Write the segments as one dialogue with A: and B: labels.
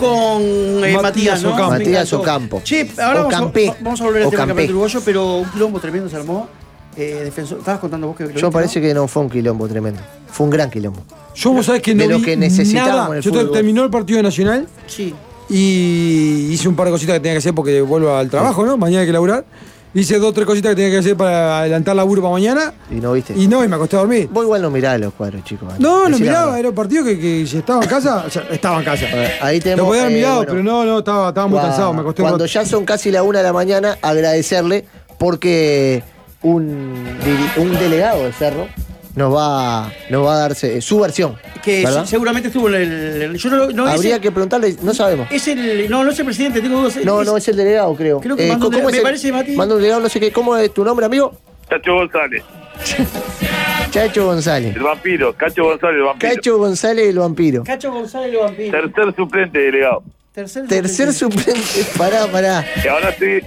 A: con eh, Matías,
B: Matías
A: ¿no?
B: Ocampo.
A: Me
C: Matías
A: encantó.
C: Ocampo.
A: Che, ahora vamos,
C: Ocampé.
A: a, vamos a este volver al tema del
C: Ocampé.
A: campeonato uruguayo, pero un quilombo tremendo se armó. Eh, defensor, estabas contando vos que lo viste,
C: Yo
A: ¿no?
C: parece que no fue un quilombo tremendo. Fue un gran quilombo.
B: Yo vos sabés que no
C: de lo
B: vi
C: que necesitábamos
B: nada.
C: en el
B: Yo te-
C: fútbol.
B: terminó el partido de Nacional
A: Sí.
B: y hice un par de cositas que tenía que hacer porque vuelvo al trabajo, ¿no? Mañana hay que laburar. Hice dos tres cositas que tenía que hacer para adelantar laburo para mañana.
C: Y no viste.
B: Y no, y me acosté a dormir.
C: Vos igual no mirás los cuadros, chicos.
B: No, no
C: Decí la
B: miraba,
C: verdad.
B: era un partido que, que si estaba en casa, o sea, estaba en casa.
C: A ver, Ahí tenemos.
B: Lo podía haber
C: eh,
B: mirado,
C: bueno,
B: pero no, no, estaba, estaba muy
C: cua-
B: cansado, me acosté un
C: Cuando
B: rato.
C: ya son casi la una de la mañana, agradecerle porque un, diri- un delegado del cerro nos va, nos va a darse eh, su versión.
A: Que
C: ¿verdad?
A: se- seguramente estuvo en el. el- yo no, lo- no
C: Habría
A: es,
C: que preguntarle, no
B: Eh,
C: sabemos.
A: es el. No, no es el presidente, tengo dos.
C: No, no, es el delegado, creo. Eh,
A: Creo que manda un
C: ¿cómo
A: delegado?
C: es
A: Me
C: el-
A: parece, Mati.
C: Manda un delegado, no sé qué. ¿Cómo es tu nombre, amigo?
D: Cacho González,
C: Chacho González.
D: el vampiro, Cacho González, el vampiro.
C: Cacho González, el vampiro.
A: Cacho González lo vampiro.
D: Tercer suplente delegado.
A: Tercer,
C: Tercer
A: suplente.
C: suplente. Pará, pará.
D: Y ahora estoy,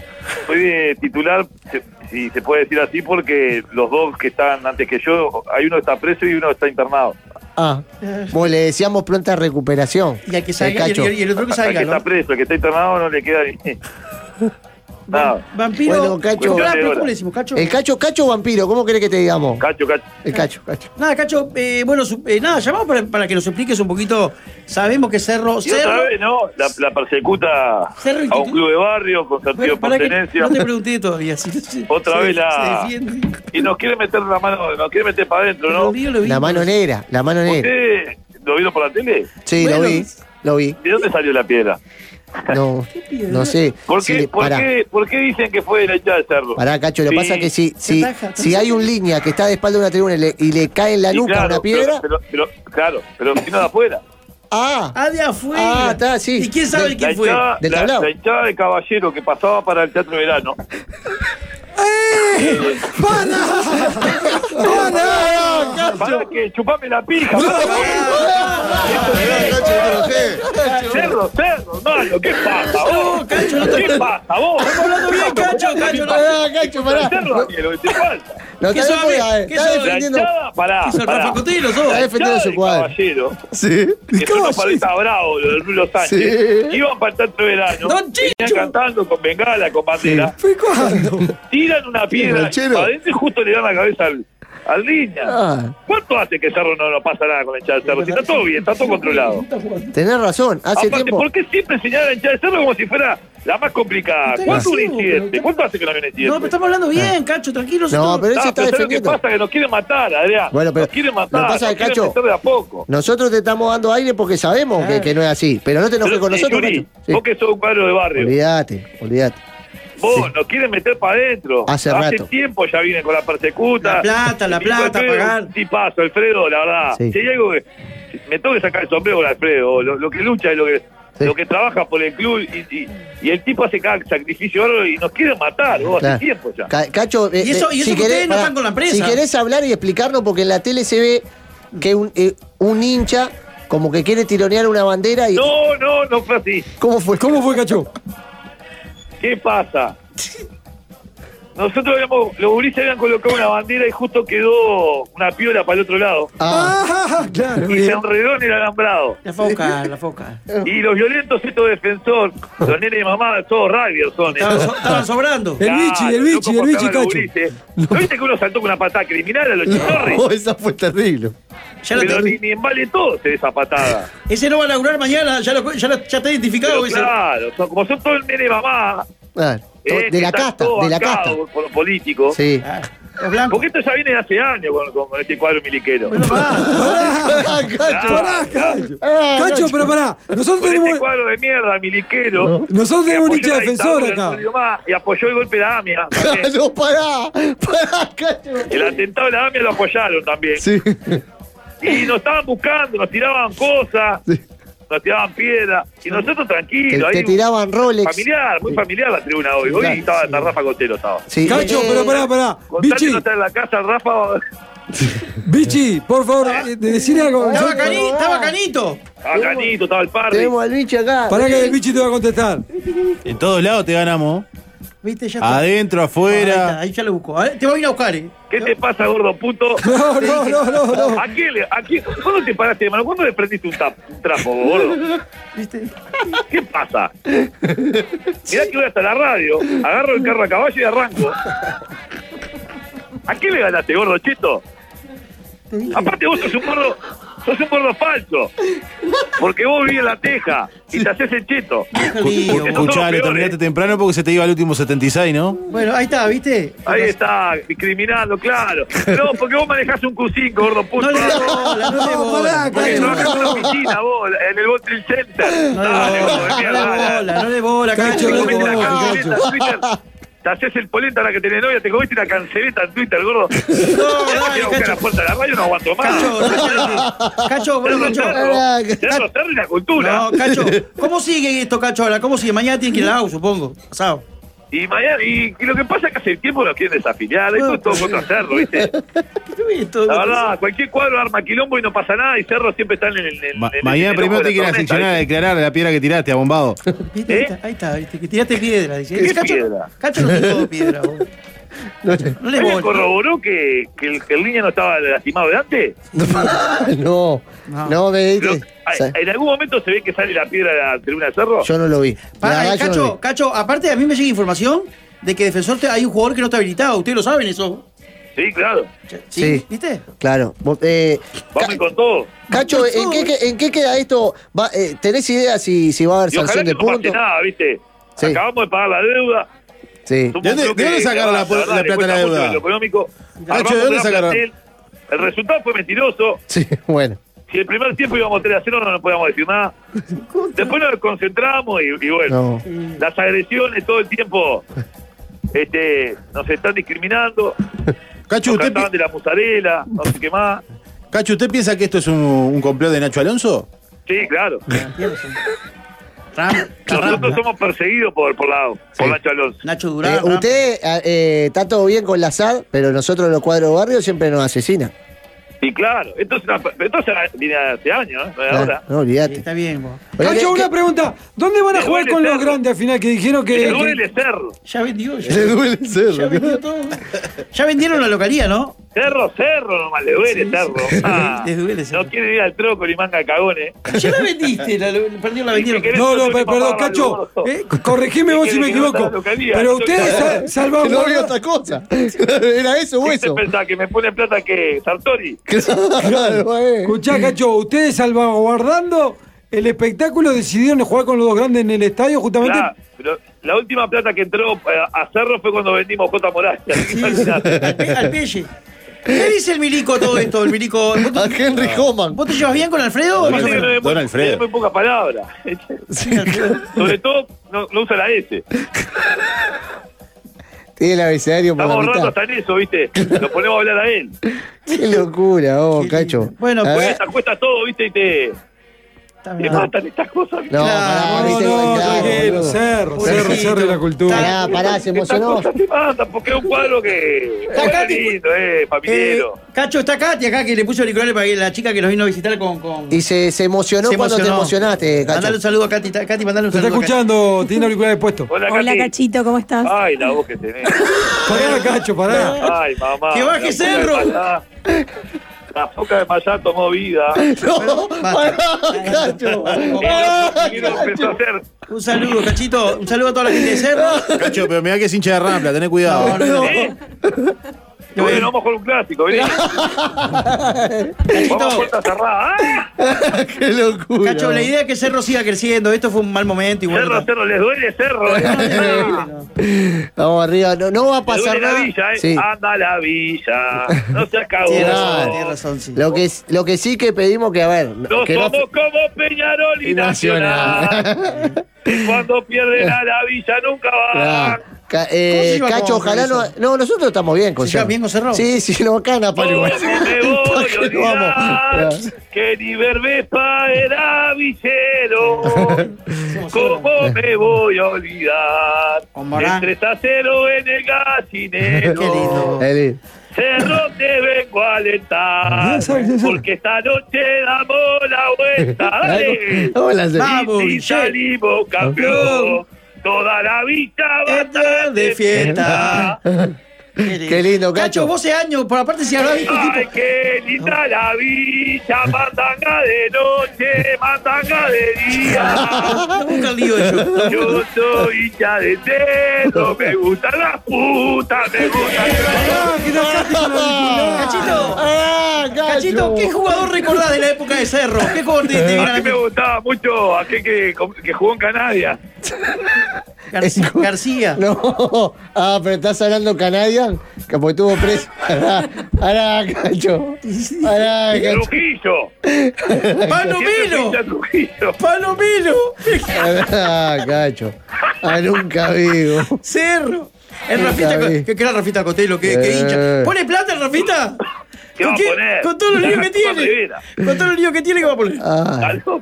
D: soy de titular, se- si se puede decir así, porque los dos que están antes que yo, hay uno que está preso y uno que está internado.
C: Ah, vos le decíamos pronta recuperación.
A: Y al que
C: El
A: salga, y el,
C: Cacho.
A: y el otro que
D: el que
A: salga, ¿no?
D: está preso, el que está internado no le queda ni... Nada.
A: Vampiro.
C: Bueno, Cacho.
A: Ah, pero ¿Cómo le decimos, Cacho?
C: El Cacho, Cacho o Vampiro, ¿cómo querés que te digamos?
D: Cacho, Cacho.
C: El Cacho, Cacho.
A: Nada, Cacho, eh, bueno, su- eh, nada, llamamos para, para que nos expliques un poquito. Sabemos que Cerro.
D: Y otra
A: Cerro-
D: vez, ¿no? La, la persecuta
A: Cerro y
D: a un
A: titu-
D: club de barrio con sentido
A: Bueno,
D: de
A: pará que
D: pertenencia.
A: no te pregunté todavía. si no se-
D: Otra
A: se-
D: vez la-
A: se defiende.
D: Y nos quiere meter la mano, nos quiere meter para adentro,
A: Lo
D: ¿no?
A: vi, lo vi.
C: La mano negra, la mano negra.
D: ¿Usted lo vieron por la tele?
C: Sí, lo
A: Bueno.
C: vi, lo vi.
D: ¿De dónde salió la piedra?
C: No,
A: piedra?
C: no sé.
D: ¿Por
C: Si
D: qué,
C: le-
D: por,
C: pará,
D: qué, por qué dicen que fue de la hinchada de cerdo?
C: pará, Cacho, lo que
D: Sí.
C: pasa es que si, si,
A: ataja,
C: si hay un línea que está de espalda de una tribuna y le, y le cae en la
D: Y
C: nuca
D: claro,
C: una piedra,
D: Pero, pero- pero- claro, pero vino de afuera.
C: ah,
A: Ah, de afuera.
C: Ah, está, sí.
A: ¿Y quién sabe quién
D: La
A: fue?
D: hinchada,
C: Del
D: la,
C: tablao.
D: la hinchada de caballero que pasaba para el Teatro Verano.
C: ¡Eh!
D: Eh,
B: ¡Para!
D: Para que chupame la pija. cerdo, cerdo, malo, ¿qué pasa vos?
A: Cacho, no te-
D: ¿Qué pasa vos?
A: Estamos hablando bien, Cacho, Cacho. no-
C: pará, Ah, Cacho, pará.
D: Cerdo, amigo, ¿qué te falta?
C: No
A: ¿Qué
C: está
A: sabe?
C: defendiendo,
A: ¿Qué
C: está
A: sabe?
D: La
C: defendiendo,
D: hinchada, pará,
A: ¿Qué sos,
D: pará.
A: Rafa Cotelo, sos?
C: está defendiendo
D: hinchada
C: su
D: de
C: cuadro.
D: Caballero.
C: Sí.
D: Eso no parecía bravo, lo de Rulo Sánchez.
C: Sí.
D: Iban para el Teatro Verano.
A: Don Chicho.
D: Venían cantando con bengala, con bandera.
B: ¿Fue cuándo?
D: tiran una piedra
C: ranchero.
D: para adentro y justo le dan la cabeza al, al línea.
C: Ah.
D: ¿Cuánto hace que Cerro no, no pasa nada con la hinchada de Cerro? Si está todo bien, está todo controlado.
C: Tenés razón, hace
D: Aparte,
C: tiempo.
D: ¿por qué siempre señalan la hinchada de Cerro como si fuera la más complicada?
A: Está
D: ¿Cuánto un
A: agresivo, pero
D: incidente?
A: está-
D: ¿Cuánto hace que no había un
A: No, pero
D: incidente?
A: estamos hablando bien, Cacho, tranquilo.
C: No,
A: nosotros-
C: pero él se
D: Ah,
C: está
D: pero ¿sabes qué
C: defendiendo.
D: pasa? Que nos quieren matar, Adrián.
C: Bueno, pero
D: nos
C: lo
D: quieren
C: que
D: matar,
C: pasa
D: nos
C: es,
D: quieren
C: Cacho,
D: meter de a poco.
C: Nosotros te estamos dando aire porque sabemos que, que no es así. Pero no te enojes
D: Pero,
C: con
D: eh,
C: nosotros,
D: Yuri,
C: Cacho. Sí.
D: vos que sos un cuadro de barrio,
C: Olvídate, olvídate.
D: vos nos quieren meter para adentro.
C: Hace rato.
D: tiempo ya vienen con la persecuta.
A: La plata, la
D: El tipo
A: plata,
D: Alfredo,
A: pagar.
D: un tipazo, Alfredo, la verdad.
C: Sí.
D: Si hay algo que. Me tengo que sacar el sombrero con Alfredo. Lo, lo que lucha y lo que,
C: Sí.
D: lo que trabaja por el club. Y, y- y el tipo hace cada sacrificio bárbaro y nos quiere matar, vos,
C: Claro.
D: hace tiempo ya.
C: Ca- Cacho, eh,
A: Y eso-
C: eh,
A: y eso que ustedes no
C: pará,
A: están con la empresa.
C: Si querés hablar y explicarnos, porque en la tele se ve que un, eh, un hincha como que quiere tironear una bandera y.
D: No, no, no fue así.
C: ¿Cómo fue?
B: ¿Cómo fue, Cacho?
D: ¿Qué pasa? Nosotros habíamos, los gurises habían colocado una bandera y justo quedó una piola para el otro lado.
C: Ah,
B: Ah, claro.
D: Y se enredó en el alambrado.
A: La foca, la foca.
D: Y los violentos, estos defensor, los nenes de mamá, todos rabios son.
A: Estaban, so- estaban sobrando.
B: El bichi, el bichi, el bichi, Cacho.
D: ¿No viste que uno saltó con una patada criminal a los chitorres?
C: oh, esa fue terrible.
A: Ya lo
D: Pero
A: tengo.
D: ni, ni en vale todo se esa patada.
A: Ese no va a laburar mañana, ya, lo- ya, lo- ya está identificado.
D: Pero
A: ese.
D: claro, son- como son todos nene de mamá,
C: Ah,
D: eh,
C: de
D: que
C: la
D: están
C: casta,
D: todos
C: de la casta.
D: bancados por los políticos.
C: Sí.
A: Ah, los blancos.
D: Porque esto ya viene de hace años con, con- con este cuadro miliquero.
A: Bueno, va.
C: Ah, Cacho.
B: Pará, Cacho.
C: Ah,
B: Cacho, pero pará. Nosotros
D: Con este
B: tenemos,
D: cuadro de mierda miliquero.
B: nosotros tenemos un
D: apoyó
B: hincha
D: la
B: defensor
D: dictadura,
B: acá.
D: no dio más, Y apoyó el golpe de la AMIA. también.
C: No, pará. Pará, Cacho.
D: El atentado de la AMIA lo apoyaron también.
C: Sí.
D: Y nos estaban buscando, nos tiraban cosas,
C: Sí.
D: nos tiraban piedras. Y nosotros
C: Te,
D: tranquilos.
C: te
D: ahí,
C: tiraban Rolex.
D: Familiar, muy familiar la tribuna hoy. Hoy
C: Claro,
D: estaba hasta Rafa Cotelo, estaba.
C: Sí,
B: Cacho,
C: eh,
B: pero pará, pará.
D: Contate
B: Bichi,
D: no está en la casa, Rafa.
B: Bichi, por favor,
D: Ah.
B: eh, decile algo.
A: Estaba, cani, estaba canito.
D: A Canito, estaba el parque.
C: Tenemos al bicho acá.
B: Pará que el Bichi te va a contestar.
E: En todos lados te ganamos.
A: ¿Viste? Ya está.
E: Adentro,
A: Ahí, está,
E: afuera.
A: ahí ya lo busco. A ver, Te va a ir a buscar, ¿eh?
D: ¿Qué te pasa, gordo puto?
B: No, no, no, no, no.
D: ¿A quién le, a quién- ¿Cuándo te paraste de mano? ¿Cuándo le prendiste un, tap- un trapo, gordo?
A: ¿Viste?
D: ¿Qué pasa? Mirá que voy hasta la radio, agarro el carro a caballo y arranco. ¿A quién le ganaste, gordo cheto? Aparte vos sos un gordo, sos un gordo falso. Porque vos vivís en la teja y te haces el cheto.
A: Lío,
D: Estos son los
E: Escuchá, lo
D: peores.
E: terminaste temprano porque se te iba al último 76, ¿no?
A: Bueno, ahí está, ¿viste?
D: Ahí está, discriminando, claro. No, porque vos manejás un Q5, gordo puto.
A: No le des bola, no le des
B: No, pará,
A: bola.
D: Porque
B: Dale,
D: trabajás en
B: boludo.
D: la oficina vos, en el Bottle Center.
A: No le
D: Dale,
A: des
D: gordo de
A: bola, no le
D: mierda,
A: des
D: dale.
A: bola, no le des bola,
B: Cacho,
A: cacho,
D: Te
A: no le
D: comiste
A: des
D: la
A: bola.
D: canceleta en Twitter. Te haces el polenta ahora que tenés novia, te comiste la canceleta en Twitter, gordo.
A: No,
D: Te vas a
A: dale,
D: ir a buscar a la
A: cacho.
D: puerta de la radio, no aguanto más.
A: Cacho, no, cacho,
D: Tenés
A: bueno, cacho.
C: Ah,
D: rotarlo, tenés rotarlo y la cultura.
A: No, cacho. ¿Cómo sigue esto, cacho? Ahora, ¿cómo sigue? Mañana tienen que ir al AU, supongo. Pasado.
D: Y mañana, y y lo que pasa es que hace tiempo lo quieren desafiliar, esto es todo contra Cerro, ¿viste? La verdad, cualquier cuadro arma quilombo y no pasa nada, y Cerro siempre están en el. en-
E: Ma-
D: en el
E: mañana
D: quilombo
E: primero
D: de
E: te
D: la
E: quieren
D: tormenta,
E: aseccionar a
D: ¿viste?
E: declarar la piedra que tiraste, abombado.
A: ¿Viste? Ahí
D: ¿Eh?
A: está, ahí está, viste, que tiraste piedra. Dice.
D: ¿Qué
A: cacho,
D: piedra?
A: Cacho no tiró piedra, vos.
C: No, le-
A: No le
D: ¿Alguien
A: bola.
D: corroboró que, que el, que el niño no estaba lastimado de antes?
C: no,
A: No.
C: no me
D: Pero,
C: diste.
D: ay,
C: O sea,
D: ¿En algún momento se ve que sale la piedra de la tribuna de Cerro?
C: Yo no lo vi.
A: Pará, eh,
C: La verdad, yo no lo
A: cacho,
C: vi.
A: cacho, aparte a mí me llega información de que defensor te- hay un jugador que no está habilitado. Ustedes lo saben eso.
D: Sí, claro.
C: Sí.
A: ¿Viste?
C: Claro. Vos, eh,
D: Vamos con todo.
C: Cacho, ¿en qué, que- ¿en qué queda esto? Va, eh, ¿Tenés idea si, si va a haber
D: Y ojalá
C: sanción
D: que
C: de
D: no pase
C: puntos?
D: nada, ¿viste?
C: Sí.
D: Acabamos de pagar la deuda.
C: Sí.
D: Somos
E: ¿De dónde-
D: creo
E: de
D: que-
E: dónde sacaron la-
D: verdad,
E: la
D: le
E: plata
D: cuesta
E: de la
D: mucho
E: deuda?
D: Lo económico.
E: Nacho,
D: Armamos
E: ¿de dónde
D: gran
E: sacaron?
D: plantel. El resultado fue mentiroso.
C: Sí, bueno.
D: Si el primer tiempo íbamos 3 a 0 no nos podíamos decir nada. Después nos concentramos y, y bueno, las agresiones todo el tiempo este, nos están discriminando.
E: Cacho,
D: Nos
E: ¿usted,
D: cantaban
E: pi-
D: de la musarela, no sé qué más.
E: Cacho, ¿usted piensa que esto es un, un complot de Nacho Alonso?
D: Sí, claro.
A: Ram,
D: Nosotros somos perseguidos por, por, la, por Nacho Alonso.
A: Nacho Durán.
C: Eh,
A: Ram.
C: usted ah, eh, está todo bien con la SAD, pero nosotros los cuadros barrios siempre nos asesinan.
D: Y claro, esto es una, esto es una- viene de hace años, ¿eh? no de
C: Ah,
D: ahora.
C: No,
A: Sí,
C: olvídate.
A: Está bien, vos.
C: Oye, ¿qué-
B: Cacho, una
C: qué-
B: pregunta. ¿Dónde van a
D: Me
B: jugar
D: duele
B: con los
D: tanto.
B: grandes al final que dijeron que...
D: Le
B: que-
D: duele Cerro.
A: Ya vendió. Ya,
E: Le duele
A: ya vendió todo. Ya vendieron la localía, ¿no?
D: Cerro, cerro, nomás le duele
A: Sí,
D: cerro.
A: sí.
D: Ah,
A: Les duele Cerro.
D: No quiere ir al troco ni manga de cagones.
A: Ya la vendiste. La, lo- perdieron, la vendieron.
D: querés-
B: No, no,
D: Eso es lo
B: pe-
D: que
B: perdón,
D: papá
B: Cacho.
D: habló.
B: eh, corregime
D: ¿Qué
B: vos si me
D: quiere que
B: equivoco.
D: levanta la localía?
B: Pero
D: Yo-
B: ustedes sa- salvan
C: No había
B: guarda-
C: otra cosa. Era eso o
D: ¿Qué te
C: eso.
D: pensás que me pone plata que Sartori?
C: Claro, eh.
B: Escuchá, Cacho, ustedes salvaguardando el espectáculo decidieron jugar con los dos grandes en el estadio justamente.
D: La, Ah, pero la última plata que entró eh, a Cerro fue cuando vendimos J. Morales.
A: Al, pe- al pelle. ¿Qué dice el milico todo esto? El milico. ¿Vos
C: A
A: te,
C: Henry Homan.
A: vos te llevas bien con Alfredo? o más o
E: Alfredo.
A: menos?
E: Don Alfredo.
D: muy pocas palabras. Sobre todo, no, no usa la S.
C: Tiene el abecedario por
D: Estamos
C: la
D: ahorrando
C: mitad.
D: hasta en eso, ¿viste? Lo ponemos a hablar a él.
C: Qué locura, oh,
A: Qué
C: Cacho.
A: lindo. Bueno,
C: La
A: pues-
C: verdad-
D: Cuesta, cuesta todo, ¿viste? Y te,
A: Está
D: te
A: bien.
D: matan estas cosas. ¿viste?
C: No,
A: Claro,
C: pará,
B: No,
C: viste,
B: no,
C: claro,
B: tranquilo,
C: boludo.
B: cerro, cerro,
A: Pobrecito.
B: cerro de la cultura.
C: Pará, pará, se
D: Estas
C: emocionó.
D: cosas te matan porque es un cuadro que.
A: Está acá,
D: es lindo, eh,
A: Eh,
D: familiero.
A: Cacho, está Katy acá que le puso auriculares para que la chica que nos vino a visitar con. con...
C: Y se, se emocionó
A: Se
C: cuando te emocionaste, Cacho.
A: Mandale un saludo a Katy. ta- Katy, mandale un
B: Se está
A: saludo. a Katy.
B: escuchando, tiene auriculares puestos.
D: Hola,
F: Hola
D: Cati.
F: Cachito, ¿cómo estás?
D: Ay, la voz que tenés.
B: Pará, Cacho, pará.
D: Ay, mamá.
A: ¡Que baje
D: la foca
A: cerro!
D: de Payá. La foca de Payá tomó vida.
C: No, pará, Cacho.
D: Y lo empezó a hacer.
A: Un saludo, Cachito. Un saludo a toda la gente de Cerro.
E: Cacho, pero mirá que es hincha de Rampla, tené
A: No,
E: cuidado.
A: no, no.
D: ¿Eh? Bueno, vamos con un clásico, vení. Vamos a puerta cerrada. ¡Ah!
C: Qué locura.
A: Cacho, la idea es que Cerro siga creciendo. Esto fue un mal momento. Igual,
D: Cerro, cerro, les duele cerro. eh.
C: Vamos arriba, no, no va a
D: Les
C: pasar
D: duele la
C: nada.
D: villa, eh.
C: Sí.
D: Anda la villa. No se acabó.
A: Tienes razón, tienes razón, sí.
C: Lo que, lo que sí que pedimos que, a ver,
D: No
C: que
D: somos como Peñarol y
C: Y Nacional.
D: Nacional. Cuando pierden a la villa nunca van.
C: Claro. Ca- eh,
A: ¿Cómo se lleva
C: Cacho,
A: con- con
C: ojalá no,
A: eso?
C: no. Nosotros estamos bien con
A: ¿Se lleva
C: Cerro.
A: bien con Cerro?
C: Sí, sí, no, acá no,
D: Yo
C: Pali, bueno.
D: me voy
C: ¿Para qué
D: a
C: nos
D: olvidar
C: vamos?
D: que ni Berbespa era villero. ¿Cómo me voy a olvidar?
A: Con Morán.
D: De 3 a 0 en el
A: Qué lindo.
D: gallinero.
C: Eli.
D: Cerro te vengo a alentar.
B: Ya sabe, ya sabe.
D: Porque esta noche damos la vuelta. Dale.
C: Hola, Cerro.
A: Vamos,
D: Y
A: Guille.
D: salimos campeón. Toda la vida va a
A: Esta
D: estar
A: de fiesta.
C: Qué lindo, Cacho.
A: Cacho, vos ese año, por aparte, si hablaba dijo
D: Ay,
A: tipo.
D: qué linda la villa, matanga de noche, matanga de día.
A: Nunca lío eso.
D: Yo soy hincha de dedo, me gusta la puta, me gusta
B: Ah, que no salte con la
A: Cachito,
C: Ah,
A: Cachito, ¿qué jugador recordás de la época de Cerro? ¿Qué jugador te, te viene a
D: A
A: la
D: mí Este me
A: mente?
D: gustaba mucho aquel que, que jugó en Canarias.
A: García. García.
C: No, ah, pero estás hablando Canadian, que porque estuvo preso. Ará, ará, Cacho. Ará, Cacho.
D: Trujillo. Siempre fui
A: ¡Palomino!
D: hincha de Trujillo.
A: ¡Palomino!
C: Ará, Cacho. Ah, nunca vivo.
A: Cerro. El
C: Sí,
A: Rafita,
C: la vi.
A: que que era Rafita Cotelo, que, que
C: Eh.
A: hincha. ¿Pone plata el Rafita?
D: ¿Qué
A: ¿Con
D: va a poner?
A: Con todos los líos que
D: Con
A: tiene.
D: Rivera.
A: Con todos los líos que tiene, ¿qué va a poner?
C: Ah,
D: Aló.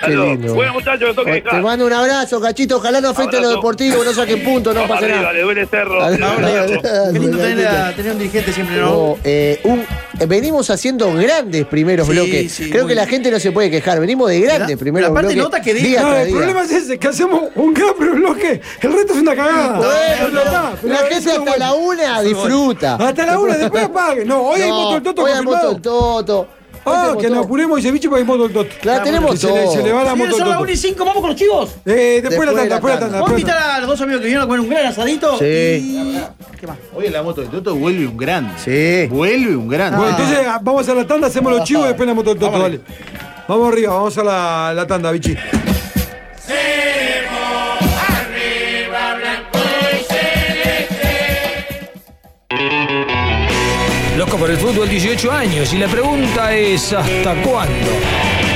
C: qué
D: Aló.
C: lindo.
D: Bueno, muchachos, toque
C: Bueno, Eh, Te
D: dejar.
C: mando un abrazo, Cachito. Ojalá no afecte a lo
D: Abrazo.
C: deportivo, no saquen puntos, no
D: Vamos
C: pasa
D: arriba,
C: nada.
D: le duele cerro.
C: Ahora,
D: Le duele
C: ahora,
D: Cerro.
A: Qué lindo tener, a- tener un dirigente siempre, ¿no?
C: No, eh, un- eh, venimos haciendo grandes primeros
A: Sí,
C: bloques.
A: sí,
C: Creo
A: muy
C: que la
A: bien.
C: gente no se puede quejar. Venimos de grandes
A: Pero
C: primeros
A: aparte
C: bloques.
A: nota que diga,
C: día
B: No,
C: tras
B: el
C: día.
B: problema es ese, que hacemos un gran bloque. El resto es una cagada.
C: Bueno,
B: Pero está, pero
C: la
B: eso es
C: gente
B: lo
C: hasta la
B: bueno.
C: una disfruta.
B: Hasta la una, después apague. No, hoy hay
C: No,
B: moto el toto
C: hoy hay moto
B: confirmado.
C: el toto. Hoy
B: Ah,
C: tenemos
B: que nos
C: todo.
B: apuremos y se bicho para el moto el toto.
C: Claro, tenemos
B: se le,
C: todo.
B: se le va la
A: Señores,
B: moto
A: son
B: al
A: las 1
B: toto.
A: y 5, vamos con los chicos.
B: Eh, después la tanda, después la tanda.
A: Vamos a
B: después la
A: invitar a los dos amigos que vinieron a comer un gran asadito.
C: Sí,
E: Oye, la moto de Toto vuelve un grande.
C: sí.
E: Vuelve un grande.
B: Bueno, entonces ah, vamos a la tanda, hacemos los chivos y después la moto del toto, dale. Vamos arriba, vamos a la, la tanda, bichi.
F: Loco por el fútbol 18 años y la pregunta es ¿hasta cuándo?